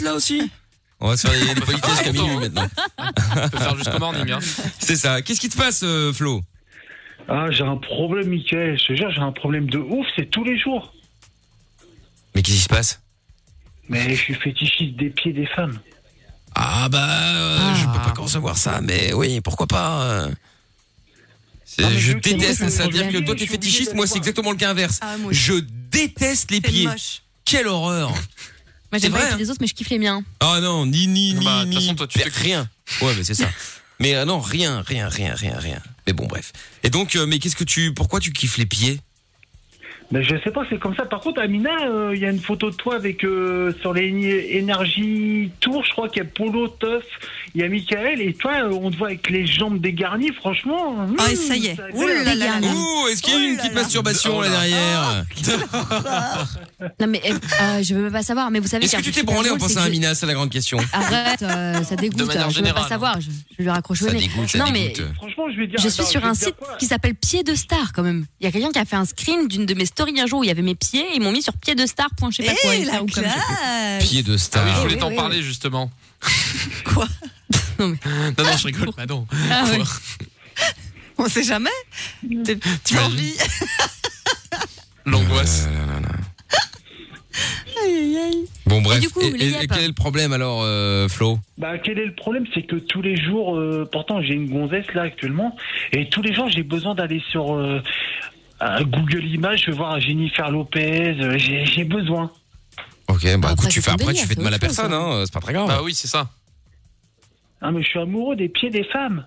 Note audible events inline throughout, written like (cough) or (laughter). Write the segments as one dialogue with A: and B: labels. A: là aussi
B: On va se faire des- une politesse
C: faire
B: qu'à
C: longtemps,
B: minuit maintenant.
C: On peut faire
B: Euh,
C: jusqu'au morning. Hein.
B: C'est ça. Qu'est-ce qui te passe, euh, Flo
D: Ah, j'ai un problème, Mickaël. Je te jure, j'ai un problème de ouf. C'est tous les jours.
B: Mais qu'est-ce qui se passe
D: Mais je suis fétichiste des pieds des femmes.
B: Ah bah, euh, je peux pas concevoir ça, mais oui, pourquoi pas euh. C'est-
D: Ah, mais
B: Je
D: vu que c'est
B: déteste
D: moi qui
B: ça,
D: ai le
B: dire que
D: problème,
B: toi
D: je
B: t'es
D: suis obligée
B: fétichiste,
D: de
B: moi
D: le
B: c'est
D: voir.
B: exactement le cas inverse.
E: Ah, moi aussi.
B: Je déteste les
E: C'est
B: pieds.
E: moche.
B: Quelle horreur
F: Moi,
B: C'est
F: j'aime
B: vrai,
F: pas
B: hein.
F: les autres, mais je kiffe les miens.
B: Ah non, ni ni ni.
C: Bah, de toute
B: ni-
C: façon, toi, tu
B: Mais
C: te-
B: rien. Ouais, mais c'est ça. mais euh, non, rien, rien, rien, rien, rien. Mais bon, bref. Et donc, euh, mais qu'est-ce que tu, pourquoi tu kiffes les pieds
D: Mais je sais pas, c'est comme ça. Par contre, Amina, euh, il y a une photo de toi avec euh, sur les énergies tour, je crois qu'il y a Polo, Teuf, il y a Michael, et toi, euh, on te voit avec les jambes dégarnies, franchement. hum,
E: Ah, ça y est.
D: fait-
E: Ouh là là
F: Ah,
E: là là.
B: Ouh, est-ce qu'il y a eu
E: Oh
B: une
E: là
B: petite
E: là.
B: masturbation
C: Oh
B: là
C: là.
B: derrière
F: Non, mais euh, euh, je veux même pas savoir. Mais vous savez
B: Est-ce que
F: qu'un
B: tu
F: truc
B: t'es branlé en
F: drôle, c'est
B: pensant à
F: que- Ah,
B: Mina C'est la grande question.
F: Arrête, euh, ça dégoûte.
C: De manière
F: je veux
C: générale,
F: pas savoir. Je, je lui raccroche le
B: hein. Ça
F: nez.
B: dégoûte, ça
F: non,
B: dégoûte.
F: mais euh,
D: Franchement, je vais dire.
F: je suis
D: attends,
F: sur
D: vais
F: un
D: te dire
F: site
D: quoi.
F: qui s'appelle Pied de Star quand même. Il y a quelqu'un qui a fait un screen d'une de mes stories un jour où il y avait mes pieds et ils m'ont mis sur pied de star. Point, je sais pas quoi.
E: Eh, la
F: Insta ou comme ça.
E: classe
B: Pieds de
C: Ah
B: star.
C: oui, je
F: oui,
C: voulais t'en
F: oui,
C: parler justement.
E: (laughs) Quoi Ah,
C: Non, non, je rigole, bah non.
F: Ah ouais.
E: On sait jamais. T'es- T'as
C: T'imagines
E: envie
C: (laughs) L'angoisse.
B: Euh,
E: Aïe, aïe,
F: (laughs)
E: aïe.
B: Bon bref,
F: Et du coup,
B: et,
F: les
B: et-
F: yeux,
B: et
F: pas.
B: quel est le problème alors euh, Flo
D: Bah, quel est le problème C'est que tous les jours, euh, pourtant, j'ai une gonzesse là actuellement, et tous les jours, j'ai besoin d'aller sur euh, euh, Google Images, je veux voir Jennifer Lopez, euh, j'ai j'ai besoin.
B: Ok, bah
F: après,
B: écoute, tu
F: c'est
B: fais,
F: ton
B: après
F: délire,
B: tu fais de
F: c'est
B: mal à
F: autre chose,
B: personne, hein, c'est pas très grave.
C: Bah oui, c'est ça.
D: Ah, mais je suis amoureux des pieds des femmes.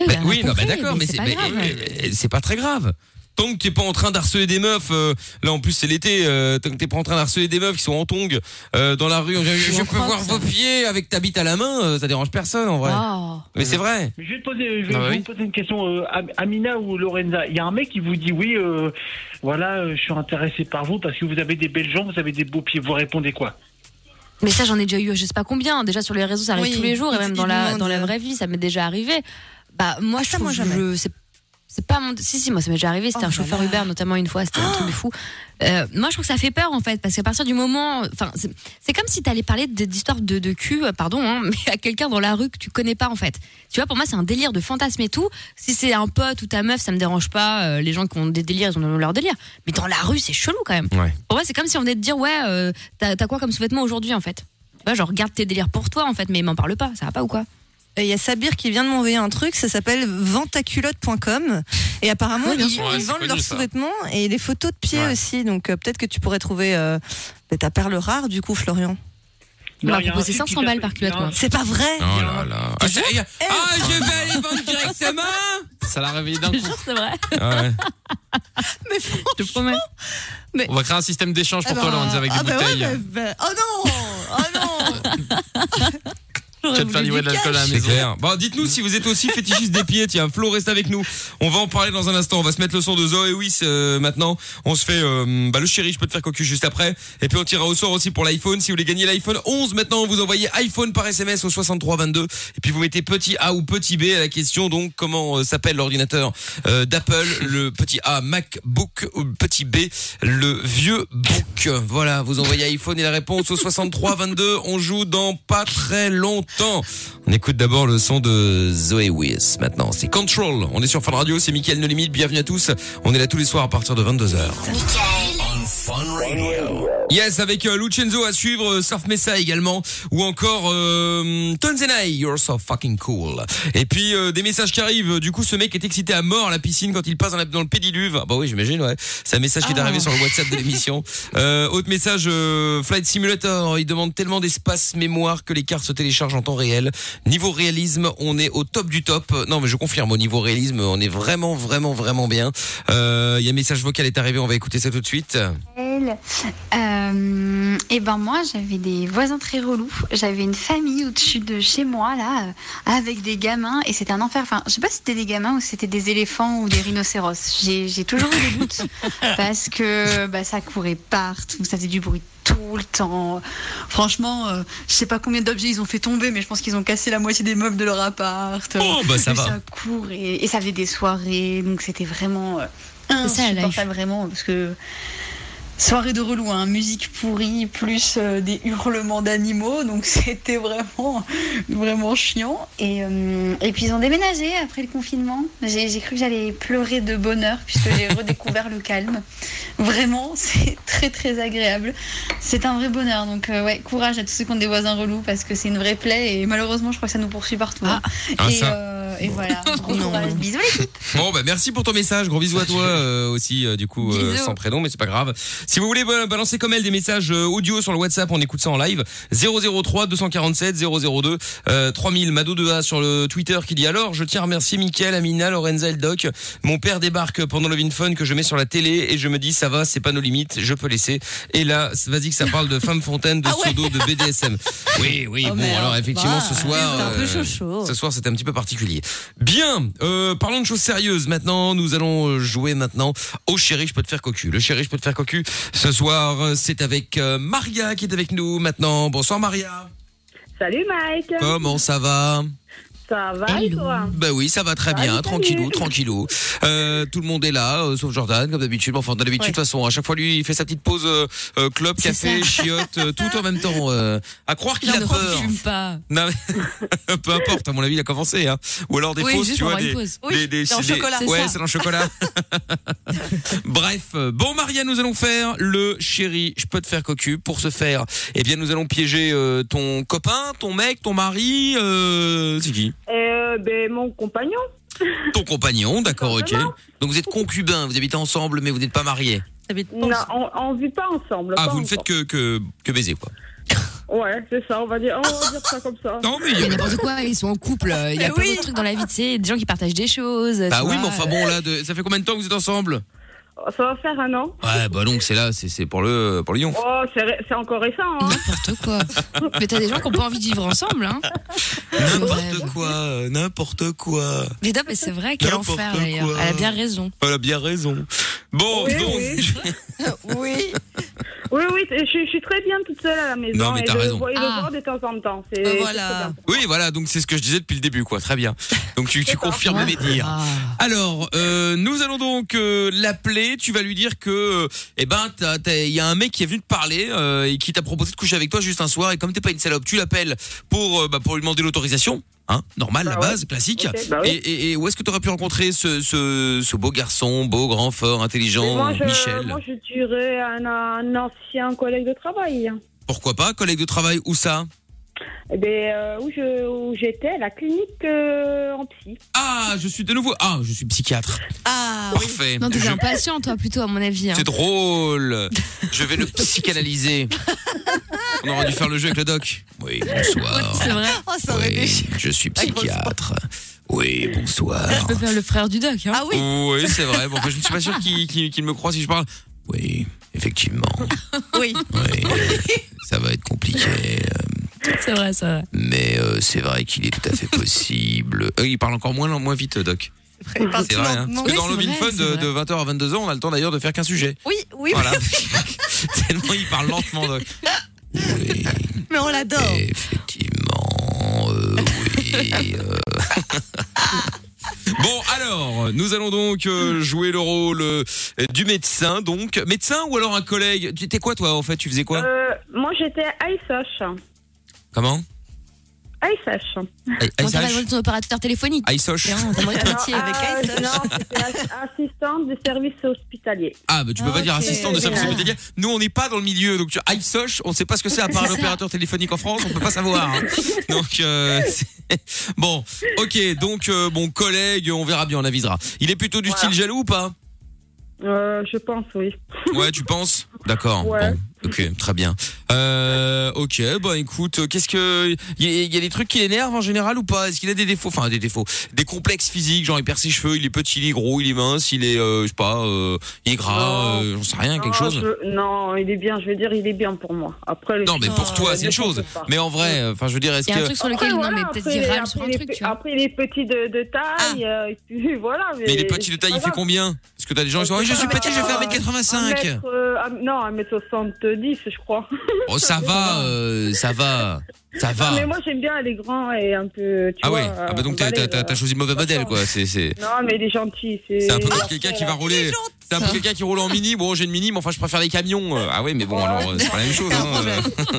F: Oui,
B: Bah
F: bah,
B: oui, non,
F: compris,
B: bah d'accord, mais c'est
F: pas
B: mais-
F: grave.
B: euh, c'est pas très grave. Tant que t'es pas en train d'harceler des meufs, euh, là en plus c'est l'été, euh, tant que t'es pas en train d'harceler des meufs qui sont en tongs euh, dans la rue, je, je
F: Ou en
B: peux voir vos
F: crocs,
B: pieds avec ta bite à la main, euh, ça dérange personne en vrai.
F: Oh.
B: Mais c'est vrai.
D: Mais Je vais, te poser, je vais
C: Ah
D: vous
C: oui.
D: poser une question, euh, Am- Amina ou Lorenza. Il y a un mec qui vous dit oui, euh, voilà, euh, je suis intéressé par vous parce que vous avez des belles jambes, vous avez des beaux pieds. Vous répondez quoi
F: Mais ça, j'en ai déjà eu, je sais pas combien. Déjà sur les réseaux, ça arrive
E: Oui,
F: tous les jours, et
E: il-
F: même dans
E: il
F: la,
E: demande,
F: dans la
E: euh.
F: vraie vie, ça m'est déjà arrivé. Bah, moi,
E: Ah,
F: je
E: ça,
F: trouve que
E: moi, jamais.
F: je- c'est- c'est pas mon. Si, si, moi, ça m'est déjà arrivé. C'était
E: Oh
F: un
E: là
F: chauffeur
E: là.
F: Uber, notamment une fois. C'était un truc de fou. Euh, moi, je trouve que ça fait peur, en fait, parce qu'à partir du moment. Enfin, c'est c'est comme si t'allais parler de- d'histoire de, de cul, euh, pardon, hein, (laughs) mais à quelqu'un dans la rue que tu connais pas, en fait. Tu vois, pour moi, c'est un délire de fantasme et tout. Si c'est un pote ou ta meuf, ça me dérange pas. euh, les gens qui ont des délires, ils ont leur délire. Mais dans la rue, c'est chelou quand même.
B: Ouais.
F: Pour moi, c'est comme si on venait de dire, ouais, euh, t'as t'as quoi comme sous-vêtements aujourd'hui, en fait Tu vois, genre, garde tes délires pour toi, en fait, mais m'en parle pas, ça va pas ou quoi
E: Et Il y a Sabir qui vient de m'envoyer un truc, ça s'appelle ventaculotte.com. Et apparemment,
F: Oui, bien
E: ils,
C: sûr. Ouais,
E: ils
C: c'est
E: vendent
C: connu,
E: leurs
C: ça.
E: sous-vêtements et les photos de pieds
C: Ouais.
E: aussi. Donc euh, peut-être que tu pourrais trouver euh, bah, ta perle rare, du coup, Florian.
F: On
D: Non,
F: m'a
D: il y a un
F: proposé
D: site qui
F: 500 balles
D: s'appelle-
F: par culotte,
D: il y a un-
F: moi.
E: C'est pas vrai
B: Oh là là. Ah, j'ai- ah, je vais aller vendre directement
C: Ça l'a réveillé d'un
F: Je
C: coup.
F: te jure, c'est vrai,
B: Ah ouais.
E: Mais franchement,
F: je te promets.
C: On va créer un système d'échange pour
E: eh
C: toi,
E: ben,
C: Lorenz, avec des
E: ah bah ouais,
C: bouteilles.
E: bah, bah, oh non Oh non J'aurais
C: Tu vas te faire
E: voulu
C: livrer
E: du
C: de l'alcool à la
E: cash.
B: C'est
C: maison.
B: clair. Bon, dites-nous si vous êtes aussi fétichiste des pieds. Tiens, Flo, reste avec nous. On va en parler dans un instant. On va se mettre le son de Zoé Wiss euh, maintenant. On se fait euh, bah, le chéri, je peux te faire cocu juste après. Et puis on tirera au sort aussi pour l'iPhone. Si vous voulez gagner l'iPhone 11 maintenant, vous envoyez iPhone par SMS au 6322. Et puis vous mettez petit A ou petit B à la question. Donc comment euh, s'appelle l'ordinateur euh, d'Apple Le petit A MacBook ou le petit B le vieux book. Voilà, vous envoyez iPhone et la réponse au 6322. On joue dans pas très longtemps. On écoute d'abord le son de Zoé Wiss maintenant. C'est Control. On est sur Fun Radio, c'est Mickaël No Limite. Bienvenue à tous. On est là tous les soirs à partir de 22h. Yes, avec euh, Lucenzo à suivre, euh, Surf Mesa également, ou encore euh, Tonzenai, you're so fucking cool. Et puis euh, des messages qui arrivent. Du coup, ce mec est excité à mort à la piscine quand il passe dans, la- dans le pédiluve. Ah bah oui, j'imagine, ouais. C'est un message qui est arrivé sur le WhatsApp de l'émission. Euh, autre message, euh, Flight Simulator. Il demande tellement d'espace mémoire que les cartes se téléchargent en temps réel. Niveau réalisme, on est au top du top. Euh, Non, mais je confirme, au niveau réalisme, on est vraiment, vraiment, vraiment bien. Euh, Il y a un message vocal est arrivé. On va écouter ça tout de suite.
G: Euh, et ben moi j'avais des voisins très relous. J'avais une famille au-dessus de chez moi là, euh, avec des gamins et c'était un enfer. Enfin, je sais pas si c'était des gamins ou c'était des éléphants ou des rhinocéros. J'ai j'ai toujours eu des doutes parce que bah, ça courait partout, ça faisait du bruit tout le temps. Franchement, euh, je sais pas combien d'objets ils ont fait tomber, mais je pense qu'ils ont cassé la moitié des meubles de leur appart.
B: Oh, bah ça
G: Mais
B: va.
G: Ça courait et ça faisait des soirées, donc c'était vraiment euh,
F: C'est ça, la life.
G: insupportable vraiment parce que Soirée de relou, hein, musique pourrie, plus euh, des hurlements d'animaux, donc (laughs) c'était vraiment, vraiment chiant. Et, euh, et puis ils ont déménagé après le confinement. J'ai j'ai cru que j'allais pleurer de bonheur puisque
F: (laughs)
G: j'ai redécouvert le calme. Vraiment, (laughs) c'est très très agréable. C'est un vrai bonheur, donc euh, ouais, courage à tous ceux qui ont des voisins relous parce que c'est une vraie plaie et malheureusement je crois que ça nous poursuit partout. hein.
B: Ah,
G: et,
B: ça.
G: euh, et
B: (laughs)
G: voilà, gros
E: Non.
G: courage, bisous les filles.
B: Bon, bah merci pour ton message. Gros bisous à toi euh, aussi, euh, du coup, euh,
F: Bisous.
B: sans prénom, mais c'est pas grave. Si vous voulez bah, balancer comme elle des messages euh, audio sur le WhatsApp, on écoute ça en live. 003 247 002 euh, 3000. Mado 2A sur le Twitter qui dit alors, je tiens à remercier Mickaël, Amina, Lorenza et le Doc. Mon père débarque pendant le Vin Fun que je mets sur la télé et je me dis ça va, c'est pas nos limites, je peux laisser. Et là, vas-y que ça parle de femme fontaine, de
F: Ah ouais.
B: pseudo, de
E: (laughs)
B: BDSM. Oui, oui,
E: Oh,
B: bon,
E: merde.
B: alors effectivement,
E: Bah,
B: ce soir.
E: C'était un peu
B: euh,
E: chaud chaud.
B: ce soir, c'était un petit peu particulier. Bien, euh, parlons de choses sérieuses. Maintenant, nous allons euh, jouer maintenant au chéri, je peux te faire cocu. Le chéri, je peux te faire cocu. Ce soir, euh, c'est avec euh, Maria qui est avec nous maintenant. Bonsoir Maria.
A: Salut Mike,
B: Comment ça va
A: ça va et
F: Hello.
A: toi
B: Ben oui, ça va très
F: Ah,
A: Salut,
B: bien,
A: salut.
B: tranquillou, tranquillou. Euh, tout le monde est là, euh, sauf Jordan, comme d'habitude. Bon, Enfin, d'habitude, de toute façon, à chaque fois, lui, il fait sa petite pause euh, euh, club,
F: C'est
B: café, chiotte, euh, tout en même temps. euh, à croire qu'il a
F: Genre,
B: peur.
F: fume pas.
B: Non, mais- (laughs) peu importe, à mon avis, il a commencé. Hein. Ou alors des
F: Oui,
B: fausses,
F: juste
B: tu
F: pour
B: vois.
F: avoir
B: Des,
F: une pause.
E: Oui,
B: des- des-
E: c'est en
B: des-
E: chocolat.
F: C'est
B: Ouais,
F: ça.
B: c'est dans le chocolat. Bref, euh, bon, Maria, nous allons faire le chéri, je peux te faire cocu. Pour ce faire, eh bien, nous allons piéger euh, ton copain, ton mec, ton mari, euh, c'est qui
A: euh, ben, Mon compagnon
B: Ton compagnon, d'accord, ok.
A: Simplement.
B: Donc vous êtes concubins, vous habitez ensemble, mais vous n'êtes pas mariés.
E: T'habites pas
A: Non,
E: ensemble.
A: on ne vit pas ensemble.
B: Ah,
A: pas
B: vous ne faites
A: encore.
B: que, que, que baiser, quoi.
A: Ouais, c'est ça, on va dire, on va dire ça comme ça.
B: Non, mais il y
F: Mais
B: a-
F: n'importe quoi, ils sont en couple. euh, Il y a plein d'autres trucs dans la vie, tu sais, des gens qui partagent des choses.
B: Bah
F: tu
B: oui,
F: vois,
B: mais enfin
F: euh,
B: bon, là, de- ça fait combien de temps que vous êtes ensemble
A: Ça va faire un an.
B: Ouais, bah donc c'est là, c'est c'est pour le, pour le lion.
A: Oh, c'est ré- c'est encore récent, hein.
F: euh, N'importe quoi. Mais t'as des gens qui ont pas envie de vivre ensemble, hein.
B: N'importe
F: Bref.
B: quoi, euh, n'importe quoi.
F: Mais non, mais c'est vrai, quel
B: N'importe
F: enfer d'ailleurs.
B: quoi.
F: Elle a bien raison.
B: Elle a bien raison. Bon,
A: Oui,
B: donc, (laughs)
A: oui.
E: Oui.
A: Oui, oui, je, je suis très bien toute seule à la maison.
B: Non, mais
A: et
B: t'as
A: je
B: raison.
A: vois- et le
F: Ah.
A: voir de temps en temps. c'est-
E: Ben
A: c'est
E: voilà.
A: très bien.
B: oui, voilà, donc c'est ce que je disais depuis le début, quoi. Très bien. Donc tu, tu confirmes mes dires.
F: Ah.
B: Alors, euh, nous allons donc euh, l'appeler. Tu vas lui dire que, euh, eh ben, t'as- t'as- il y a un mec qui est venu te parler euh, et qui t'a proposé de coucher avec toi juste un soir. Et comme t'es pas une salope, tu l'appelles pour, euh, bah, pour lui demander l'autorisation. Hein, normal,
A: Bah
B: la
A: ouais.
B: base, classique.
A: Ok, bah oui.
B: et, et- et où est-ce que t'aurais pu rencontrer ce, ce, ce beau garçon, beau, grand, fort,
A: Mais
B: intelligent,
A: moi, je,
B: Michel
A: moi, je dirais un, un ancien collègue de travail.
B: Pourquoi pas, collègue de travail, où ça
A: Eh ben, euh, où je- où j'étais, la clinique euh, en psy.
B: Ah, je suis de nouveau. Ah, je suis psychiatre.
E: Ah oui.
B: Parfait.
F: Non, t'es
B: Je-
F: impatient, toi, plutôt, à mon avis. hein.
B: C'est drôle. Je vais le psychanalyser. On aurait dû faire le jeu avec le doc. Oui, bonsoir.
F: C'est vrai.
E: Oh, ça aurait été
B: Oui,
E: chiant.
B: je suis psychiatre. Oui, bonsoir.
F: Je peux faire le frère du doc, hein.
E: Ah oui.
B: Oui, c'est vrai. Bon, enfin, je ne suis pas sûr qu'il qu'il- qu'il me croit si je parle. Oui, effectivement.
E: Oui. (laughs)
B: Oui, ça va être compliqué.
F: c'est vrai, c'est vrai.
B: Mais euh, c'est vrai qu'il est tout à fait possible. Euh, il parle encore moins, moins vite, euh, doc.
E: Il parle
B: C'est
E: tout
B: vrai. hein. Parce
E: lentement.
B: que
F: Oui,
B: dans
F: c'est
B: le Fun
F: vrai, c'est
B: de,
F: vrai.
B: de 20h à 22h, on a le temps d'ailleurs de faire qu'un sujet.
E: Oui, oui,
B: Voilà. (laughs) Tellement il parle lentement. Doc. Oui,
E: mais on l'adore.
B: effectivement. euh, oui. euh. (laughs) Bon, alors, nous allons donc euh, jouer le rôle euh, du médecin. Donc, médecin ou alors un collègue Tu étais quoi, toi, en fait Tu faisais quoi
A: Euh, moi, j'étais ASH.
B: Comment
A: ASH.
F: On t'a pas demandé ton opérateur téléphonique.
B: ISOCH
F: Tiens, on t'a demandé ton
A: Non,
F: métier.
E: avec
A: euh,
E: elle, ça.
A: Non, c'était as- assistante du service hospitalier.
B: Ah, mais tu peux
E: Ah,
B: pas dire
E: ok.
B: assistant de service
A: Ouais.
B: hospitalier. Nous, on n'est pas dans le milieu. Donc, tu ISOCH, on sait pas ce que c'est à part un
F: C'est ça.
B: opérateur téléphonique en France, on peut pas savoir. hein. Donc, euh, c'est- bon, ok. Donc, euh, bon, collègue, on verra bien, on avisera. Il est plutôt du
A: Voilà.
B: style jaloux ou pas
A: Euh, je pense, oui.
B: Ouais, tu penses D'accord.
A: Ouais.
B: Bon, ok, très bien. Euh, ok, bah écoute, euh, qu'est-ce que il y, a- il y a des trucs qui l'énervent en général ou pas Est-ce qu'il a des défauts Enfin, des défauts, des complexes physiques, genre il perd ses cheveux, il est petit, il est gros, il est mince, il est, euh, je sais pas, euh, il est gras,
A: Non.
B: euh, j'en sais rien,
A: Non,
B: quelque chose.
A: je- non, il est bien, je veux dire, il est bien pour moi. Après, le-
B: Non, mais pour
E: Non,
B: toi,
A: euh,
B: c'est une
A: je
B: chose.
A: pense pas.
B: Mais en vrai, euh, enfin, je veux dire, est-ce
F: Il y a un
B: que
F: truc sur
A: Après,
F: lequel, non,
A: voilà,
F: mais peut-être
A: après,
F: qu'il
A: il est-
F: râle sur un
A: après, il est
F: truc,
A: pe-
F: tu vois.
A: Après, il est petit de, de taille, euh, et puis (laughs) voilà. Mais,
B: Ah. mais il est petit de taille, il fait combien Parce que Oh, t'as des gens qui sont, Ah, je suis petit, je vais faire 1m85.
A: 1m, euh, un- non, 1m70, je crois.
B: Oh, ça va, euh, ça va, ça va.
A: Non, (laughs) mais moi j'aime bien les grands et un peu. Tu
B: ah
A: vois,
B: ouais, ah bah donc
A: on
B: t'as- t'as
A: balèze,
B: t'as- t'as
A: euh.
B: choisi le mauvais modèle quoi. C'est c'est
A: Non, mais il est gentil.
B: c'est
A: C'est Ah.
B: un peu comme quelqu'un qui va rouler. C'est un peu quelqu'un qui roule en mini. Bon, j'ai une mini, mais enfin je préfère les camions. Euh, Ah ouais, mais bon alors euh, c'est pas la même chose. hein. (laughs)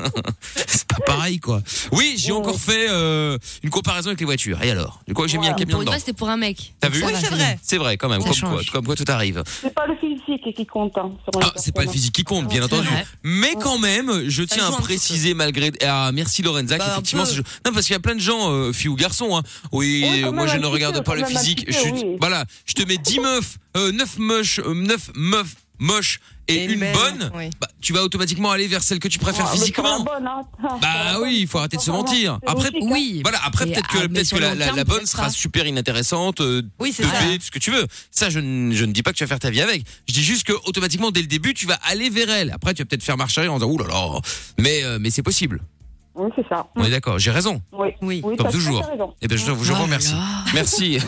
B: c'est pas pareil quoi. Oui, j'ai encore fait euh, une comparaison avec les voitures. Et alors Du coup, j'ai mis un camion
F: Pour une
B: dedans.
F: fois, c'était pour un mec.
B: T'as
F: Donc
B: vu
F: ça va, bien.
B: C'est vrai quand même.
F: Ça
B: Comme quoi,
F: change.
B: comme quoi tout arrive.
A: C'est pas le physique qui compte. hein, sur une
B: Ah, c'est pas le
A: personne.
B: physique qui compte, bien
F: C'est
B: entendu.
F: vrai.
B: Mais quand même, je tiens
E: joue un
B: à
E: petit
B: préciser malgré. Ah, merci Lorenza,
E: Bah, un
B: effectivement,
E: peu.
B: c'est- non parce qu'il y a plein de gens, euh, filles ou garçons. Hein. Oui,
A: Oui, quand
B: moi
A: même,
B: je
A: un
B: ne
A: petit
B: regarde
A: peu,
B: pas
A: quand
B: le
A: même, un
B: physique.
A: petit
B: je suis-
A: peu, oui.
B: Voilà, je te mets 10 meufs, euh, 9 moches, euh, 9 meufs moches et,
E: Et
B: une
E: belle,
B: bonne.
E: oui.
B: Bah, tu vas automatiquement aller vers celle que tu
A: Ah, mais
B: préfères
A: sur la
B: physiquement.
A: bonne, hein. (laughs) Sur
B: Bah
A: la
B: oui, il faut arrêter de se
A: Enfin,
B: mentir.
A: c'est
B: Après,
A: logique, hein.
F: Oui.
B: voilà, après
F: Et,
B: peut-être que,
F: ah, mais
B: peut-être
F: sur
B: que la,
F: le
B: la-
F: long
B: la
F: terme,
B: bonne
F: peut-être
B: sera
F: pas.
B: super inintéressante, euh,
E: Oui, c'est
B: teubée,
E: ça.
B: tout ce que tu veux. Ça, je, ne- je ne dis pas que tu vas faire ta vie avec. Je dis juste que automatiquement dès le début, tu vas aller vers elle. Après, tu vas peut-être faire marche arrière en disant ouh là là, mais euh, mais c'est possible.
A: Oui, c'est ça.
B: On est d'accord. J'ai raison.
A: Oui.
E: Oui.
A: Oui,
B: Comme
A: t'as tout
B: toujours.
A: à fait raison.
B: Eh ben je, je vous
F: Oh là
B: remercie.
F: là. (laughs)
B: Merci.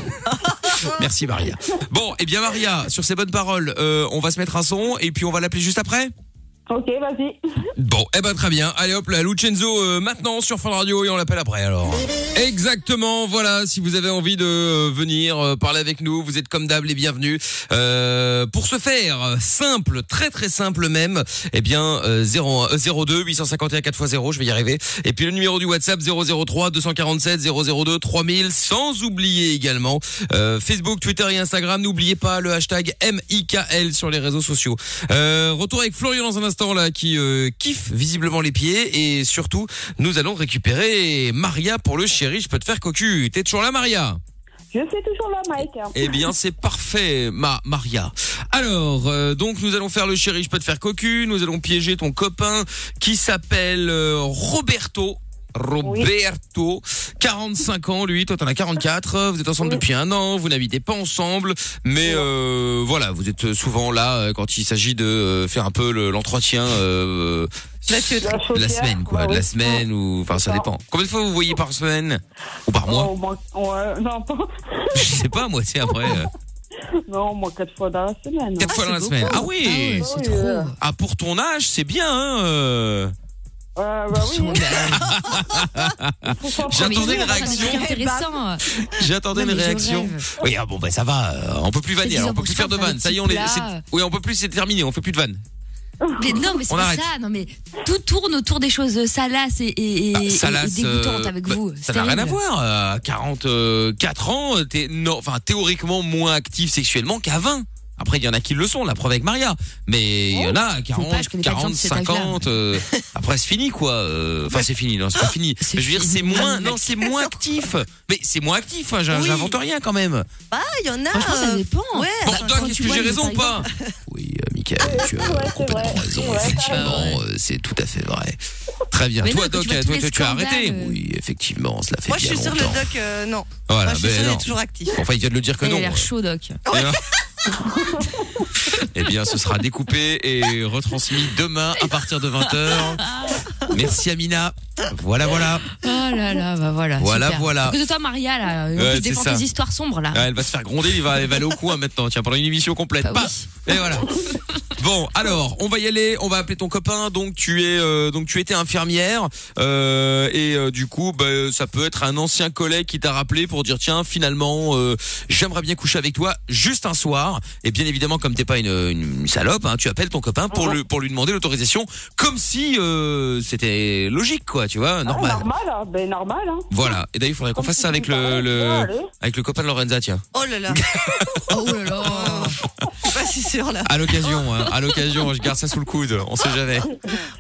B: Merci Maria. Bon, eh bien Maria, sur ces bonnes paroles, euh, on va se mettre un son et puis on va l'appeler juste après.
A: Ok, vas-y.
B: Bon, eh ben très bien. Allez hop, la Lucenzo euh, maintenant sur Fun Radio et on l'appelle après alors. Exactement, voilà, si vous avez envie de euh, venir euh, parler avec nous, vous êtes comme d'hab les bienvenus. Euh, pour ce faire, euh, simple, très très simple même, eh bien euh, 01, euh, 02 851 4x0, je vais y arriver. Et puis le numéro du WhatsApp 003 247 002 3000, sans oublier également euh, Facebook, Twitter et Instagram. N'oubliez pas le hashtag MIKL sur les réseaux sociaux. Euh, retour avec Florian dans un instant là qui euh, kiffe visiblement les pieds et surtout nous allons récupérer Maria pour le chéri je peux te faire cocu. T'es toujours là Maria
A: Je suis toujours là, Mike.
B: Eh bien c'est parfait ma Maria. Alors euh, donc nous allons faire le chéri je peux te faire cocu, nous allons piéger ton copain qui s'appelle euh, Roberto. Roberto, 45 ans lui, toi t'en as 44, vous êtes ensemble
A: Oui.
B: depuis un an, vous n'habitez pas ensemble, mais euh, voilà, vous êtes souvent là euh, quand il s'agit de euh, faire un peu le- l'entretien euh,
A: La
B: de la
A: chaudière,
B: semaine quoi,
A: ouais,
B: de la
A: oui.
B: semaine ou enfin ça
A: D'accord.
B: dépend. Combien de fois vous voyez par semaine ou par mois
A: Oh, moi, ouais, non, pas-
B: (laughs) Je sais pas moi, c'est après euh,
A: (laughs) non, moi, quatre fois dans la semaine.
B: quatre fois
F: c'est
B: dans la
F: beaucoup.
B: semaine. Ah
F: Ah
B: oui.
F: ouais,
B: Ah,
F: c'est
A: Oui,
F: trop.
A: euh,
B: pour ton âge, c'est bien hein. euh.
A: Euh, bah oui, (laughs) faut pas
B: J'attendais
A: prendre-
B: une
F: Mais
B: réaction.
F: c'est intéressant.
B: J'attendais
F: Non,
B: une
F: mais je
B: réaction.
F: rêve.
B: Oui, ah bon ben ça va, euh, on peut plus vanner,
F: Fais-y
B: alors, on peut
F: un
B: plus
F: petit
B: faire de
F: plat,
B: vannes. Ça y est,
F: un
B: on est
F: petit
B: c'est-
F: plat.
B: Oui, on peut plus, c'est terminé, on fait plus de vannes.
F: Mais non, mais c'est
B: On
F: pas
B: arrête.
F: ça. Non, mais tout tourne autour des choses salaces et, et, et-
B: Ah,
F: et-
B: Salas,
F: et dégoûtantes
B: euh,
F: avec
B: bah,
F: vous.
B: Ça
F: C'est
B: n'a rien à
F: terrible.
B: voir. euh, À 44 ans, euh, t'es non, enfin théoriquement moins actif sexuellement qu'à 20. Après, il y en a qui le sont, la preuve avec Maria. Mais il y en a à
F: pas,
B: 40,
F: Oh, je connais pas les gens
B: 40,
F: de cet âge-là.
B: 50. euh, après, c'est fini, quoi. euh, Enfin, c'est fini, non, c'est pas fini.
F: Ah, c'est
B: Mais je veux dire,
F: fini. Ah,
B: c'est moins, non, c'est moins actif. Mais c'est moins actif, hein, j'in-
E: Oui.
B: j'invente rien quand même.
E: Bah, il y en a.
F: Franchement, ça
E: euh,
F: dépend.
E: Ouais.
B: Bon,
F: Enfin,
B: Doc,
F: quand
B: est-ce
F: tu
B: que
F: vois,
B: j'ai
F: mais
B: raison
F: par
B: ou pas (laughs) Oui, euh, Michael, tu as
A: c'est vrai, c'est
B: complètement
A: vrai.
B: raison.
A: C'est vrai, t'as
B: Effectivement, euh, c'est tout à fait vrai. Très bien.
F: Mais
B: Toi,
F: non, quand
B: Doc,
F: tu vois
B: toi,
F: tous les
B: toi, tu as
F: scandales,
B: arrêté
F: euh,
B: Oui, effectivement, cela fait
E: Moi, je
B: bien
E: suis sûre, le
B: longtemps.
E: doc, euh, non.
B: Voilà,
E: Moi, je suis
B: ben
E: sûre, il
B: non.
E: est toujours actif.
B: Enfin, il vient de le dire que
F: Il
B: non.
F: a l'air chaud, Doc.
B: Et là- (laughs) Eh bien, ce sera découpé et retransmis demain à partir de 20h. Merci Amina. Voilà, voilà.
F: Oh là là, bah voilà.
B: Voilà,
F: super.
B: voilà.
F: Parce que toi, Maria, là,
B: Ouais,
F: on te
B: c'est
F: défend
B: ça.
F: tes histoires sombres, là.
B: Ah, elle va se faire gronder, il va, elle va aller au coin maintenant. Tiens, pendant une émission complète.
F: Bah oui.
B: Paf Et voilà. (laughs) Bon, alors, on va y aller. On va appeler ton copain. Donc, tu es, euh, donc tu étais infirmière euh, et euh, du coup, bah, ça peut être un ancien collègue qui t'a rappelé pour dire tiens, finalement, euh, j'aimerais bien coucher avec toi juste un soir. Et bien évidemment, comme t'es pas une, une salope, hein, tu appelles ton copain pour le pour lui demander l'autorisation, comme si euh, c'était logique, quoi. Tu vois,
A: Ah,
B: normal.
A: normal, hein. ben normal. Hein.
B: Voilà. Et d'ailleurs, il faudrait qu'on fasse ça avec le, le avec le copain de Lorenza, tiens.
E: Oh
B: (laughs)
E: là là.
F: Oh là là.
E: Je suis pas si sûre, là.
B: À l'occasion, hein, à l'occasion, je garde ça sous le coude, on sait jamais.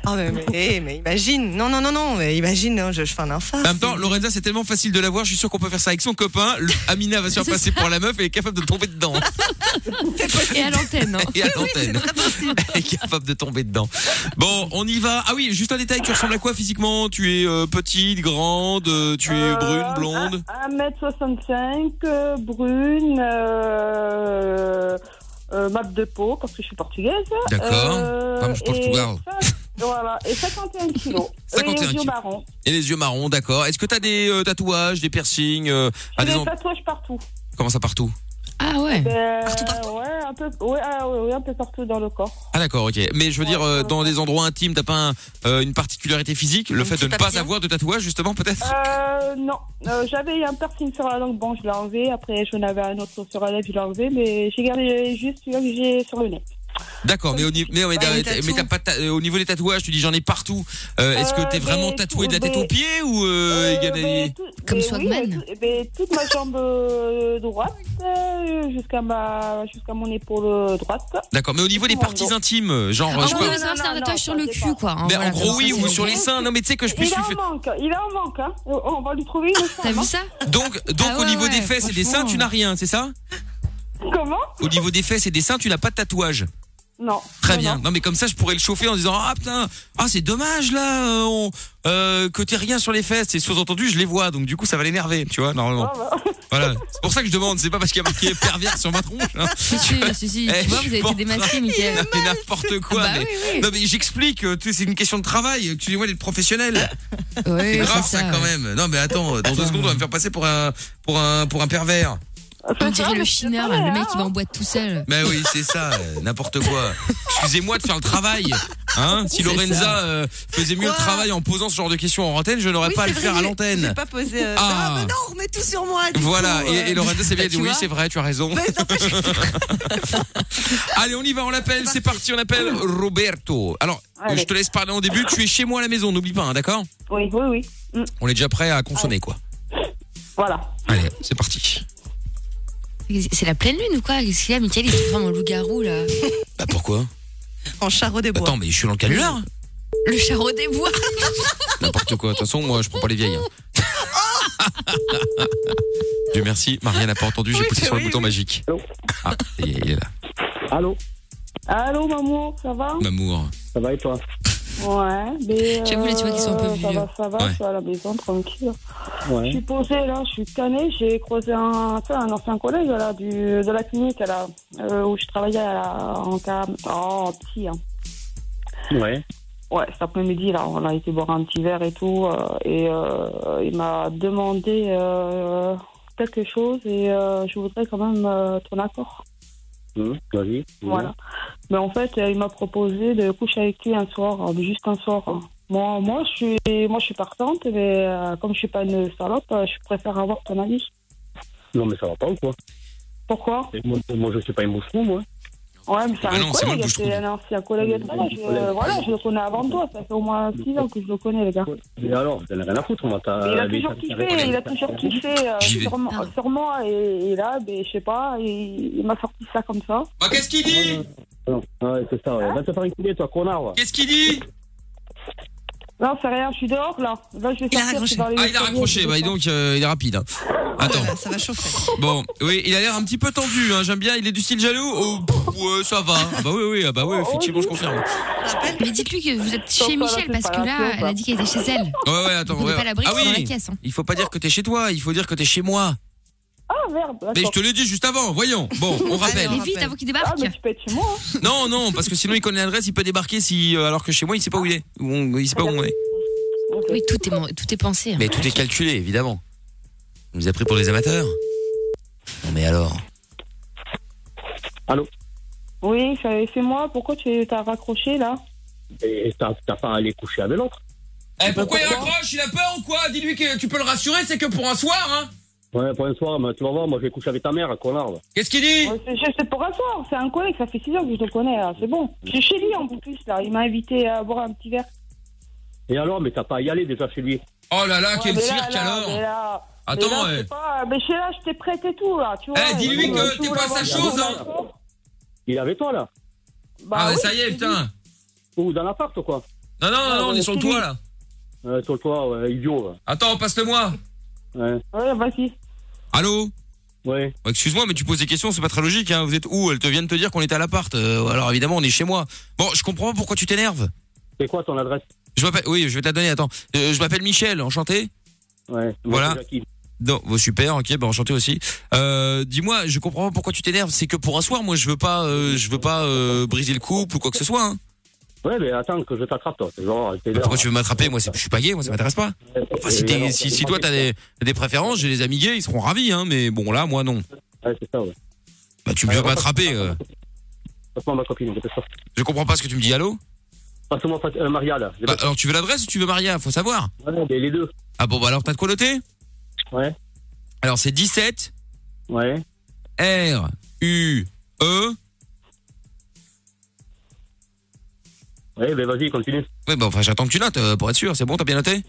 E: Ah, mais, mais, eh, mais imagine. Non, non, non, non. Mais imagine, hein, je, je fais un infarct.
B: En même temps, Lorenza, c'est tellement facile de l'avoir, je suis sûr qu'on peut faire ça avec son copain. Le- Amina va se faire
F: C'est
B: passer pour la meuf et est capable de tomber dedans.
F: Et à l'antenne.
B: (laughs)
F: hein.
B: Et à
E: Oui, c'est
B: l'antenne.
E: très possible.
B: Elle est capable de tomber dedans. Bon, on y va. Ah oui, juste un détail, tu ressembles à quoi physiquement Tu es euh, petite, grande, euh, tu es brune, blonde
A: 1m65, euh, brune, euh, euh, map de peau, parce que je suis portugaise. ah, Euh,
B: Vamos Portugal.
A: et cin- voilà, et 51
B: (laughs)
A: kilos.
B: 51
A: et les yeux
B: kilos.
A: marrons.
B: Et les yeux marrons, d'accord. Est-ce que t'as des euh, tatouages, des piercings euh, à
A: J'ai
B: des
A: des
B: en-
A: tatouages partout.
B: Comment ça partout
F: Ah ouais.
A: Ben, ouais, un peu, ouais, ah, ouais, ouais, un peu partout dans le corps.
B: Ah d'accord, ok. Mais je veux dire, euh, dans des endroits intimes, t'as pas un, euh, une particularité physique Le fait de
A: petit
B: ne pas
A: papillon
B: avoir de tatouage, justement, peut-être
A: Euh, non, Euh, j'avais un piercing sur la langue, bon, je l'ai enlevé. Après, j'en avais un autre sur la lèvre, je l'ai enlevé. Mais j'ai gardé juste celui que j'ai sur le nez.
B: D'accord, mais, au, ni- mais, mais,
A: Bah, les
B: t'as-
A: tatous.
B: mais t'as pas de ta- euh, au niveau des tatouages, tu dis j'en ai partout. Euh, Est-ce que
A: Euh,
B: t'es vraiment
A: mais
B: tatoué de la
A: tout-
B: tête aux
A: mais-
B: pieds ou euh, il y en a des-
A: Mais ben, oui, mais tout- mais toute ma jambe euh, droite euh, jusqu'à ma jusqu'à mon épaule euh, droite.
B: D'accord, mais au niveau des parties intimes, euh, genre
A: Ah,
B: je sais
A: oui,
B: pas-
A: oui, oui.
F: Ça, c'est
A: Non,
F: un
A: non,
F: tatouage
A: non,
F: sur le cul, quoi. hein,
B: Mais en
F: voilà,
B: gros,
F: comme ça,
B: oui,
F: c'est-
B: ou sur les seins. Non, mais tu sais que je puis
A: Il
B: je
A: en
B: suis
A: manque, il en manque. Hein. Oh, On va lui trouver une femme. hein.
F: T'as
B: (laughs)
F: vu ça
B: Donc, donc
F: Ah
B: au
F: ouais,
B: niveau des
F: ouais,
B: fesses et des seins,
F: franchement.
B: tu n'as rien, c'est ça
A: Comment
B: Au niveau des fesses et des seins, tu n'as pas de tatouage.
A: Non.
B: Très
A: Non,
B: bien.
A: non.
B: Non, mais comme ça, je pourrais le chauffer en disant ah putain, ah c'est dommage là, euh, on, euh, que t'aies rien sur les fesses. Et sous-entendu, je les vois, donc du coup, ça va l'énerver, tu vois, normalement.
A: Ah, bah.
B: Voilà. C'est pour ça que je demande. C'est pas parce qu'il y a marqué pervers sur ma tronche. hein.
F: (laughs) Si, si, si, si.
B: Eh, je
F: Tu vois, vous avez
B: suis
F: été
B: pas en
F: démasqué,
B: train-
F: (laughs) Mickaël.
B: Non, mais n'importe quoi.
F: Ah bah
B: mais...
F: oui, oui.
B: Non mais j'explique, euh, tu sais, c'est une question de travail, euh, excusez-moi d'être professionnel.
F: Ouais,
B: (laughs) c'est
F: c'est
B: grave ça,
F: ça,
B: quand
F: ouais.
B: même. Non mais attends, euh, dans deux secondes on va me faire passer pour un pour un pour un pervers.
F: On dirait le chineur, là, le mec qui
A: hein.
F: va en boîte tout seul.
B: Ben oui, c'est ça, euh, n'importe quoi. Excusez-moi de faire le travail. Hein si
F: C'est
B: Lorenza
F: ça.
B: euh, faisait mieux le travail en posant ce genre de questions en antenne, je n'aurais
H: Oui,
B: pas à
H: c'est
B: le
H: vrai,
B: faire à
H: j'ai-
B: l'antenne.
H: J'ai pas posé. euh,
B: Ah.
H: Ah, mais non, on remet tout sur moi. du
B: Voilà,
H: coup,
B: et, et
H: euh,
B: Lorenza s'est bien
H: bah,
B: dit
H: tu
B: oui,
H: vois.
B: c'est vrai, tu as raison. (laughs) Allez, on y va, on l'appelle, c'est parti, on appelle Roberto. Alors, euh, je te laisse parler en début, tu es chez moi à la maison, n'oublie pas, hein, d'accord
A: Oui, oui, oui. Mm.
B: On est déjà prêt à
F: Ah.
B: consommer, quoi.
A: Voilà.
B: Allez, c'est parti.
F: C'est la pleine lune ou quoi Qu'est-ce qu'il y a, Mickaël Il se transforme en loup-garou, là.
B: Bah pourquoi
H: En charreau des bois.
B: Attends, mais je suis dans le canular
F: Le charreau des bois.
B: (laughs) N'importe quoi, de toute façon, moi, je prends pas les vieilles. (laughs) hein. Dieu merci, Maria n'a pas entendu, j'ai
H: Oui,
B: poussé
H: mais
B: sur le
H: oui,
B: bouton
H: oui.
B: magique. Ah, ça y est, il est là.
I: Allô,
A: Allô, maman, ça va
B: Mamour.
I: ça va et toi
A: Ouais, mais.
F: J'avoue, là, tu vois qu'ils sont un peu
A: euh, Ça
F: vieux.
A: va, ça va,
B: Ouais.
A: je suis à la maison, tranquille. Je
I: Ouais.
A: suis posée, là, je suis canée. J'ai croisé un, tu sais, un ancien collègue, là, du, de la clinique, là, euh, où je travaillais à la- en cas. Oh, petit, hein.
I: Ouais.
A: Ouais, cet après-midi, là, on a été boire un petit verre et tout, euh, et euh, il m'a demandé euh, quelque chose, et euh, je voudrais quand même euh, ton accord.
I: Hum, Vas-y.
A: Voilà. Mais en fait, euh, il m'a proposé de coucher avec lui un soir, hein, juste un soir. hein. Moi, moi, je suis, moi, je suis partante, mais euh, comme je suis pas une salope, euh, je préfère avoir ton avis.
I: Non, mais ça va pas ou quoi
A: Pourquoi
I: Et moi, moi, je suis pas un boucheron, moi.
A: Ouais, mais c'est
B: Ah bah
A: un
B: non, c'est moi le
A: collègue,
B: bouche-trou.
A: c'est un ancien collègue. et tout. Je,
I: Collègue.
A: voilà, je le connais avant toi, ça fait au moins 6 ans que je le connais, les gars.
I: Mais alors, t'en as rien à foutre, moi.
A: Mais il a toujours kiffé, il a toujours kiffé euh,
B: J'y vais.
A: sur, moi-
F: Pardon.
A: sur moi, et, et là, ben, je sais pas, il, il m'a sorti ça comme ça.
B: Bah qu'est-ce qu'il dit
I: Non, ah ouais, c'est ça, ouais. Va te faire enculer, toi, connard, ouais.
B: Qu'est-ce qu'il dit
A: Non, c'est rien, je suis dehors, là. Là, je vais
H: Il a
A: sortir, je
H: raccroché.
A: suis dans les
B: Ah, il a
A: escaliers,
B: raccroché,
A: je
B: bah dis
A: descends.
B: donc, euh, il est rapide. hein. Attends.
H: Voilà, ça va chauffer.
B: Bon, oui, il a l'air un petit peu tendu, hein, j'aime bien, il est du style jaloux. Oh, pff, ouais, ça va. Ah bah oui, oui, ah bah oui, effectivement, je confirme.
H: Rappel.
F: Mais dites-lui que vous êtes
A: Sans
F: chez
A: toi, là,
F: Michel
A: c'est
F: parce
A: pas
F: que
A: la
F: là,
A: chose,
F: elle a
A: hein.
F: dit qu'elle était chez elle.
B: Ouais, ouais, attends,
F: On
B: ouais.
F: n'est pas à l'abri
B: Ah
F: dans la
B: oui,
F: caisse. hein.
B: il faut pas dire que t'es chez toi, il faut dire que t'es chez moi.
A: Ah, merde,
B: Mais je
A: d'accord.
B: te l'ai dit juste avant, voyons. Bon, on rappelle.
F: Allez
H: rappelle.
F: vite avant qu'il
A: Ah,
F: débarque.
A: mais tu peux être chez moi, hein.
B: Non, non, parce que sinon il connaît l'adresse, il peut débarquer si, euh, alors que chez moi il sait pas où il est. Où on- il sait pas où on est.
A: Ok.
F: Oui, tout est, man- tout est pensé. hein.
B: Mais tout est calculé, évidemment. On nous a pris pour des amateurs. Non mais alors.
A: Oui, c'est c'est moi. Pourquoi tu t'as raccroché là
I: Et t'as t'as pas à aller coucher avec l'autre.
B: Eh, pourquoi il raccroche Il a peur ou quoi Dis-lui que tu peux le rassurer, c'est que pour un soir, hein.
I: Ouais, pour un soir, mais tu vas voir, moi, je vais coucher avec ta mère, connard, ouais.
B: Qu'est-ce qu'il dit
A: Ouais, c'est- je- C'est pour un soir, c'est un collègue, ça fait 6 ans que je le connais, là. c'est bon. Je suis chez lui en plus, là. Il m'a invité à boire un petit verre.
I: Et alors, mais t'as pas à y aller déjà chez lui.
B: Oh là là, quel
A: Ouais, mais là,
B: cirque
A: là,
B: alors
A: mais là-
B: Attends, eh.
A: mais là,
B: ouais.
A: c'est pas- Mais chez là, je t'ai prête et tout, là. Tu vois,
B: Eh, dis-lui
A: Et
B: que
A: donc, euh,
B: t'es
A: tu
B: pas sa
A: voulais avoir
B: chose,
A: tout,
B: hein.
A: d'accord
I: Il est avec toi, là.
A: Bah
B: Ah,
A: oui,
B: ça y
A: je
B: est,
A: t'ai dit.
B: putain.
I: Ou dans l'appart, ou quoi.
B: Non, non, non,
A: Ah,
B: non, on est sur le
A: Ouais, ouais,
B: toit là.
I: Euh, sur toi, ouais, idiot, ouais.
B: Attends, passe-le-moi.
I: Ouais.
A: Ouais, vas-y.
B: Allô
I: Ouais.
B: Oh, Excuse-moi, mais tu poses des questions, c'est pas très logique. Hein. Vous êtes où Elles te viennent te dire qu'on était à l'appart. Euh, alors évidemment, on est chez moi. Bon, je comprends pas pourquoi tu t'énerves.
I: C'est quoi ton adresse
B: Je m'appelle. Oui, je vais te la donner. Attends. Euh, je m'appelle Michel. Enchanté.
I: Ouais.
B: Voilà.
I: Moi, c'est Jackie.
B: Non, oh, super. Ok, bah enchanté aussi. Euh, Dis-moi, je comprends pas pourquoi tu t'énerves. C'est que pour un soir, moi, je veux pas, euh, je veux pas euh, briser le couple ou quoi que ce soit. Hein.
I: Ouais, mais attends que je t'attrape, toi. C'est Genre, t'es
B: Bah,
I: là.
B: pourquoi tu veux m'attraper Moi, c'est- je suis pas gay. Moi, ça m'intéresse pas. Enfin, si,
I: Et
B: t'es-
I: alors,
B: si, si toi t'as des, des préférences, j'ai des amis gays, ils seront ravis. Hein. Mais bon, là, moi, non.
I: Ouais, c'est ça, ouais.
B: Bah, tu viens m'attraper. euh.
I: Passe-moi ma copine, dépêche-toi.
B: Je comprends pas ce que tu me dis, allô
I: Passe-moi Fat- euh, Maria, là.
B: Bah, alors, tu veux l'adresse ou tu veux Maria Faut savoir.
I: les deux.
B: Ah bon, bah alors, t'as de quoi noter
I: Ouais.
B: Alors, c'est 17.
I: Ouais.
B: R. U. E.
I: Ouais, bah vas-y, continue.
B: Ouais, bah enfin, j'attends que tu notes euh, pour être sûr. C'est bon, t'as bien noté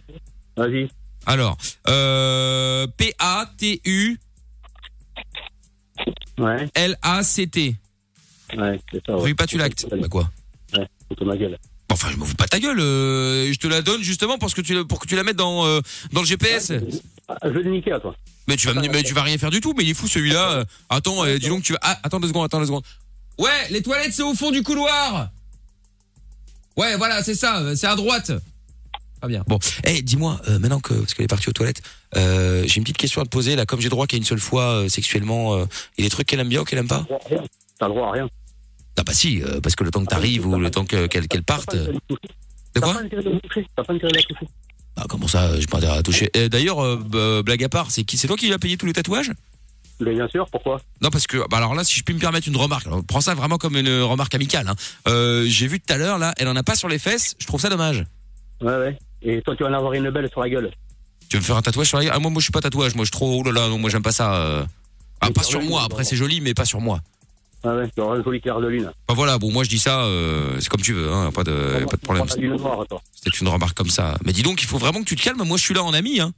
I: Vas-y.
B: Alors, euh, P-A-T-U.
I: Ouais.
B: L-A-C-T.
I: Ouais, c'est ça.
B: Rue Patulact. Bah quoi
I: Ouais, c'est ma gueule.
B: Enfin, je m'ouvre pas ta gueule. euh, je te la donne justement parce que tu, la- pour que tu la mettes dans, euh, dans le GPS.
I: Ah, Je vais le niquer à toi.
B: Mais tu vas, me- mais tu vas rien faire du tout. Mais il est fou celui-là. euh. Attends, euh, dis donc, tu vas. ah, attends deux secondes, attends deux secondes. Ouais, les toilettes c'est au fond du couloir. Ouais, voilà, c'est ça. euh, C'est à droite. Pas bien. Bon, eh, dis-moi euh, maintenant que parce qu'elle est partie aux toilettes, euh, j'ai une petite question à te poser là. Comme j'ai droit qu'à une seule fois euh, sexuellement, euh, il y a des trucs qu'elle aime bien ou qu'elle aime pas.
I: T'as le droit à rien.
B: Ah bah si, euh, parce que le temps que t'arrives ou le temps que- qu'elle qu'elle parte. euh, De quoi
I: T'as pas intérêt à la toucher.
B: Ah, comment ça, euh, j'ai pas intérêt à toucher. Eh, D'ailleurs, euh, bah, blague à part, c'est qui, c'est toi qui as payé tous les tatouages
I: Mais bien sûr, pourquoi
B: Non, parce que, bah, alors là, si je puis me permettre une remarque, alors, prends ça vraiment comme une remarque amicale. hein. Euh, J'ai vu tout à l'heure, là, elle en a pas sur les fesses, je trouve ça dommage.
I: Ouais, ouais. Et toi, tu vas en avoir une belle sur la gueule.
B: Tu veux me faire un tatouage sur la gueule ah, Moi, moi, je suis pas tatouage, moi, je suis trop. Oh là là, non, moi, j'aime pas ça. euh. Ah, pas sur moi, après, c'est joli, mais pas sur moi.
I: Ouais, ouais, tu auras un joli clair de lune.
B: Bah voilà, bon, moi, je dis ça, euh, c'est comme tu veux, hein, pas de, pas de problème.
I: Prends la lune noire, toi.
B: C'est une remarque comme ça. Mais dis donc, il faut vraiment que tu te calmes, moi, je suis là en ami, hein.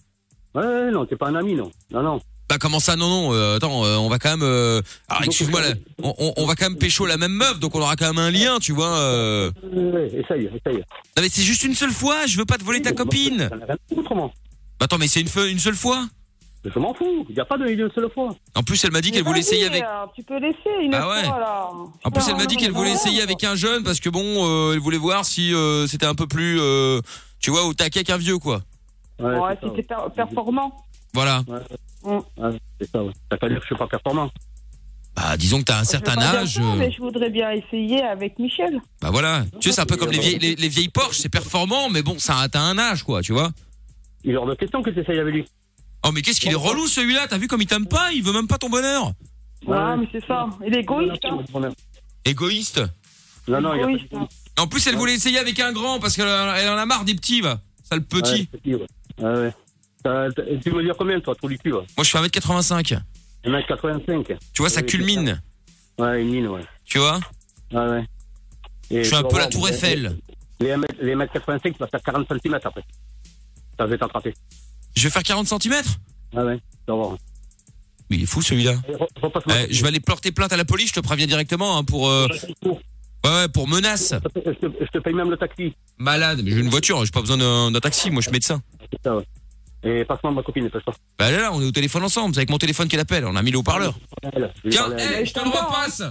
I: Ouais, ouais, non, t'es pas un ami, non. Non, non.
B: Bah comment ça non non euh, attends euh, on va quand même euh, alors excuse-moi là, on, on- on va quand même pécho la même meuf donc on aura quand même un lien tu vois euh.
I: Ouais, essaye, essaye.
B: non mais c'est juste une seule fois je veux pas te voler ta copine
I: Autrement.
B: Bah, attends mais c'est une feu- une seule fois
I: je m'en fous y a pas de une seule fois
B: en plus elle m'a dit qu'elle voulait essayer avec
A: euh, Tu peux laisser une
B: Ah ouais.
A: fois, là.
B: en plus elle m'a dit qu'elle voulait essayer avec un jeune parce que bon euh, elle voulait voir si euh, c'était un peu plus euh, tu vois au taquet qu'un vieux quoi
I: Ouais,
A: Ouais,
I: c'est ça,
A: c'était per- performant.
B: voilà
I: Ouais, c'est ça, ouais. T'as pas dire que je suis pas performant.
B: bah disons que t'as un certain
A: Pas
B: âge
A: bien sûr,
B: euh,
A: mais je voudrais bien essayer avec Michel.
B: bah voilà tu sais c'est un peu comme les vieilles les, les vieilles Porsche c'est performant mais bon ça a atteint un âge quoi tu vois
I: Il est hors de question que t'essayes avec lui.
B: Oh mais qu'est-ce qu'il est relou celui-là T'as vu comme il t'aime pas Il veut même pas ton bonheur.
A: Ah, mais c'est ça. Il est égoïste. hein.
B: Égoïste.
I: Non, non, il y a pas de-
A: Égoïste, hein.
B: En plus elle voulait essayer avec un grand parce qu'elle en- elle en a marre des petits va. Sale petit.
I: Ouais, petit, ouais. Ouais, ouais. T'as- t'as- Tu veux dire combien, toi, trou du cul ouais
B: Moi je fais 1m85.
I: 1m85.
B: Tu vois ça
I: Oui,
B: culmine.
I: Ouais, une mine, ouais.
B: Tu vois
I: Ouais, ouais. Et
B: Je suis un
I: tu vas
B: peu la
I: voir,
B: tour
I: les-
B: Eiffel.
I: Les 1m- les 1m85, tu vas faire 40 cm après. Ça va t'attraper.
B: Je vais faire 40 cm
I: Ouais, ouais. Tu vas voir.
B: Mais il est fou celui-là.
I: Et re- Repasse-moi.
B: Eh, je vais aller porter plainte à la police, je te préviens directement hein, pour euh, ouais, ouais, pour menace.
I: Je te- je te- je te paye même le taxi.
B: Malade, mais j'ai une voiture, j'ai pas besoin d'un d'un taxi, moi je suis médecin.
I: C'est ça, ouais. Et passe-moi ma copine, passe-moi.
B: Bah là, là on est au téléphone ensemble, c'est avec mon téléphone qu'elle appelle, on a mis le haut-parleur.
I: Elle, je vais lui
B: Tiens,
I: parler à elle.
B: hey, je te le repasse.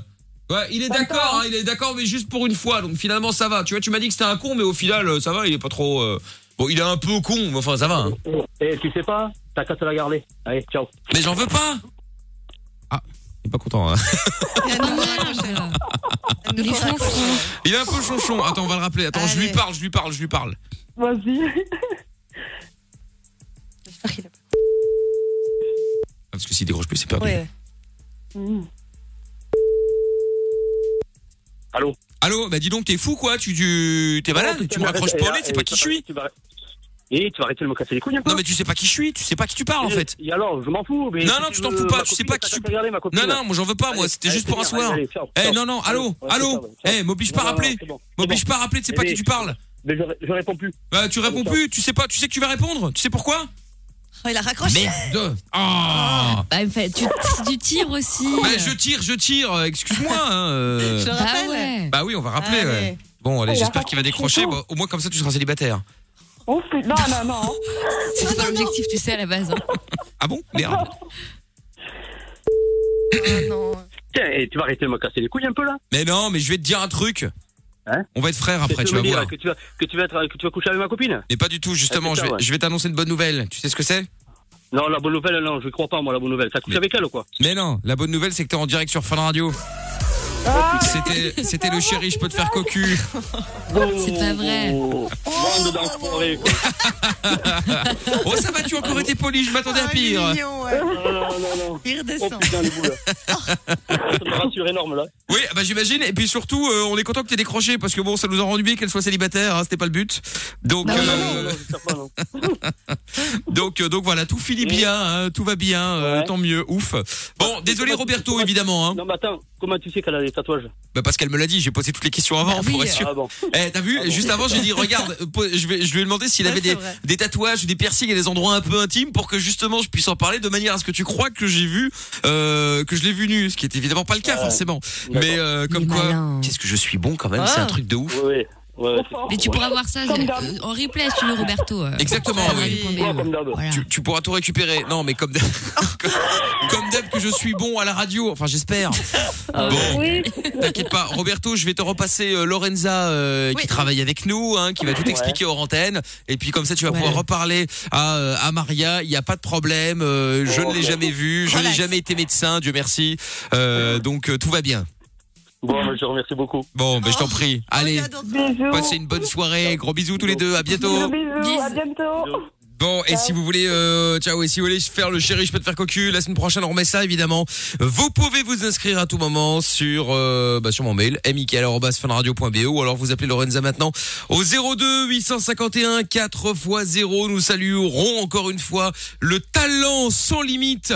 B: Ouais, il est d'accord, hein, il est d'accord, mais juste pour une fois. Donc finalement, ça va. Tu vois, tu m'as dit que c'était un con, mais au final, euh, ça va. Il est pas trop. euh, Bon, il est un peu con, mais enfin, ça va. hein.
I: Et tu sais pas, t'as qu'à te la garder. Allez, ciao.
B: Mais j'en veux pas. Ah, il est pas content. hein.
H: Et à nouveau, Rachel. Elle nous
F: Il est
H: fera-
F: chonchon.
B: Il est un peu chonchon. Attends, on va le rappeler. Attends, je lui
H: Allez.
B: parle, je lui parle, je lui parle.
A: Vas-y. (laughs)
H: J'espère qu'il a pas-
B: Parce que s'il décroche plus, c'est perdu.
H: Ouais.
A: Mmh.
I: Allô
B: Allô, bah dis donc, t'es fou quoi Tu, tu t'es malade Tu me raccroches pas au nez, c'est pas qui je suis.
I: Et tu vas arrêter de me casser les couilles un peu
B: Non mais tu sais pas qui je suis, tu sais pas qui tu parles en fait.
I: Et alors, je m'en fous. Mais
B: Non,
I: si
B: non, tu t'en
I: veux,
B: fous pas,
I: ma
B: tu sais
I: copine,
B: pas qui
I: t'as
B: je
I: qu'à regarder, ma copine.
B: Non, non, moi j'en veux pas, moi.
I: Allez,
B: C'était
I: allez,
B: juste pour un
I: c'est bien,
B: soir.
I: allez, allez, ciao,
B: Eh
I: ciao.
B: non, non, allô,
I: Ouais,
B: allô.
I: c'est ça, ouais,
B: Eh, m'oblige
I: ciao.
B: pas à
I: Non,
B: rappeler.
I: c'est bon, c'est
B: M'oblige
I: bon.
B: pas à rappeler, tu sais pas qui
I: Allez.
B: tu parles.
I: Mais je, je réponds plus.
B: Bah tu réponds plus, tu sais pas, tu sais que tu vas répondre, tu sais pourquoi
H: Oh, il a raccroché.
B: Merde Ah
F: Bah, il fait- tu, tu tires aussi.
B: Bah, je tire, je tire, euh, excuse-moi hein, euh.
H: Je le
F: Bah
H: rappelle.
F: ouais.
B: Bah oui, on va rappeler.
H: Allez.
B: ouais. Bon, allez,
A: Oh, il a
B: j'espère qu'il va décrocher, Bah, au moins comme ça tu seras célibataire.
A: Oh, putain, non, non, non.
F: C'était pas l'objectif, tu sais, à la base. hein.
B: Ah bon Merde.
H: Ah,
B: (laughs)
H: non.
I: Tiens, et tu vas arrêter de me casser les couilles un peu là
B: Mais non, mais je vais te dire un truc.
I: Hein
B: on va être frères après,
I: C'est
B: tu
I: me
B: vas
I: dire
B: voir.
I: Que tu vas, que tu vas être, que tu vas coucher avec ma copine
B: Mais pas du tout, justement,
I: Ah,
B: je
I: c'est ça,
B: vais,
I: ouais.
B: je vais t'annoncer une bonne nouvelle. Tu sais ce que c'est
I: Non, la bonne nouvelle, non, je crois pas moi la bonne nouvelle. Ça couche
B: Mais-
I: avec elle ou quoi
B: Mais non, la bonne nouvelle c'est que t'es en direct sur Fun Radio. C'était c'était le chéri, je peux te faire cocu.
I: Oh,
F: C'est pas vrai.
I: oh, Bande d'enfoirés. quoi.
B: Oh, ça va, tu tu as encore été poli, je m'attendais à
E: Ah,
B: pire.
I: Non, non, non, non.
H: Il
I: Oh putain,
F: (laughs)
I: les boules. Ça me rassure énorme là.
B: Oui, bah j'imagine. Et puis surtout, euh, on est content que t'aies décroché parce que bon, ça nous a rendu bien qu'elle soit célibataire, hein, c'était pas le but. Donc,
F: Ah,
I: Non, non,
B: euh,
I: non, non, j'espère pas, non.
B: donc, euh, donc voilà, tout finit bien, hein, tout va bien, euh,
I: Ouais. Ah,
B: tant mieux, ouf. Bon, désolé Roberto, évidemment. Hein.
I: Non, mais attends, comment tu sais qu'elle a des tatouages
B: Bah parce qu'elle me l'a dit, j'ai posé toutes les questions avant pour être sûr.
I: Ah bon.
B: Eh, t'as vu, juste avant, j'ai dit, regarde, euh, po- je, vais, je lui ai demandé s'il
H: Ouais,
B: avait
H: c'est
B: des,
H: vrai.
B: des tatouages, ou des piercings et des endroits un peu intimes pour que justement je puisse en parler de manière à ce que tu crois que j'ai vu, euh, que je l'ai vu nu, ce qui est évidemment pas le cas,
I: Ouais.
B: forcément.
I: D'accord.
B: Mais euh, comme
F: Il est
B: quoi,
F: malin.
B: qu'est-ce que je suis bon quand même,
H: Ah.
B: c'est un truc de ouf.
I: Ouais, ouais. Ouais, ouais, c'est-
F: Mais tu pourras voir ça
A: Comme
F: euh,
A: d'hab.
F: en replay si tu veux, Roberto. euh,
B: Exactement,
F: sur la
B: oui.
F: radio.be.
I: Ouais, comme d'hab.
F: E. Voilà.
B: Tu, tu pourras tout récupérer. Non, mais comme d'hab, (laughs) comme d'hab que je suis bon à la radio. Enfin, j'espère.
I: Ah
B: Bon,
A: Oui,
B: t'inquiète pas, Roberto, je vais te repasser euh, Lorenza euh, qui
H: Oui.
B: travaille avec nous, hein, qui va tout
I: Ouais.
B: expliquer hors antenne. Et puis comme ça, tu vas
F: Ouais.
B: pouvoir reparler à, euh, à Maria. Il n'y a pas de problème. euh, je ne l'ai
I: Oh.
B: jamais vu. Je n'ai
H: Relax.
B: jamais été médecin, Dieu merci. Euh, donc euh, tout va bien.
I: Bon, bah, je te remercie beaucoup.
B: Bon, ben je t'en prie. Allez,
A: bisous.
B: passez une bonne soirée. Gros bisous tous les deux. À bientôt.
A: Bisous, bisous, à bientôt.
B: Bon, et si vous voulez, euh, ciao, et si vous voulez faire le chéri, je peux te faire cocu, la semaine prochaine, on remet ça, évidemment. Vous pouvez vous inscrire à tout moment sur, euh, bah, sur mon mail, mickaël.funradio.be e, ou alors vous appelez Lorenza maintenant au 02 851 4 x 0. Nous saluerons encore une fois le talent sans limite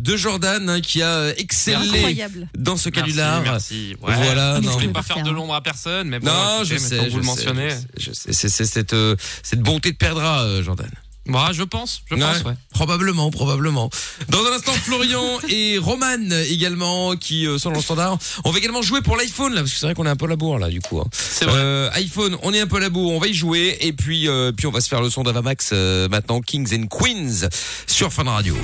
B: de Jordan, hein, qui a euh, excellé
H: Incroyable.
B: dans ce
C: Merci,
B: canular.
C: Merci. Ouais.
B: Voilà,
C: Je
B: non.
C: voulais pas faire de l'ombre à personne, mais bon,
B: Non,
C: écoutez,
B: je
C: maintenant
B: sais,
C: que vous
B: je
C: le
B: sais,
C: mentionnez.
B: je sais, je sais, c'est c'est cette, euh, cette bonté de perdra, euh, Jordan.
C: Bah, je pense, je pense, ouais.
B: Probablement, probablement. Dans un instant,
C: (laughs)
B: Florian et Roman également qui euh, sont dans le standard. On va également jouer pour l'iPhone là, parce que c'est vrai qu'on est un peu à la bourre là, du coup. hein.
C: C'est vrai.
B: Euh, iPhone, on est un peu à la bourre, on va y jouer et puis euh, puis on va se faire le son d'Avamax euh, maintenant Kings and Queens sur Fun Radio.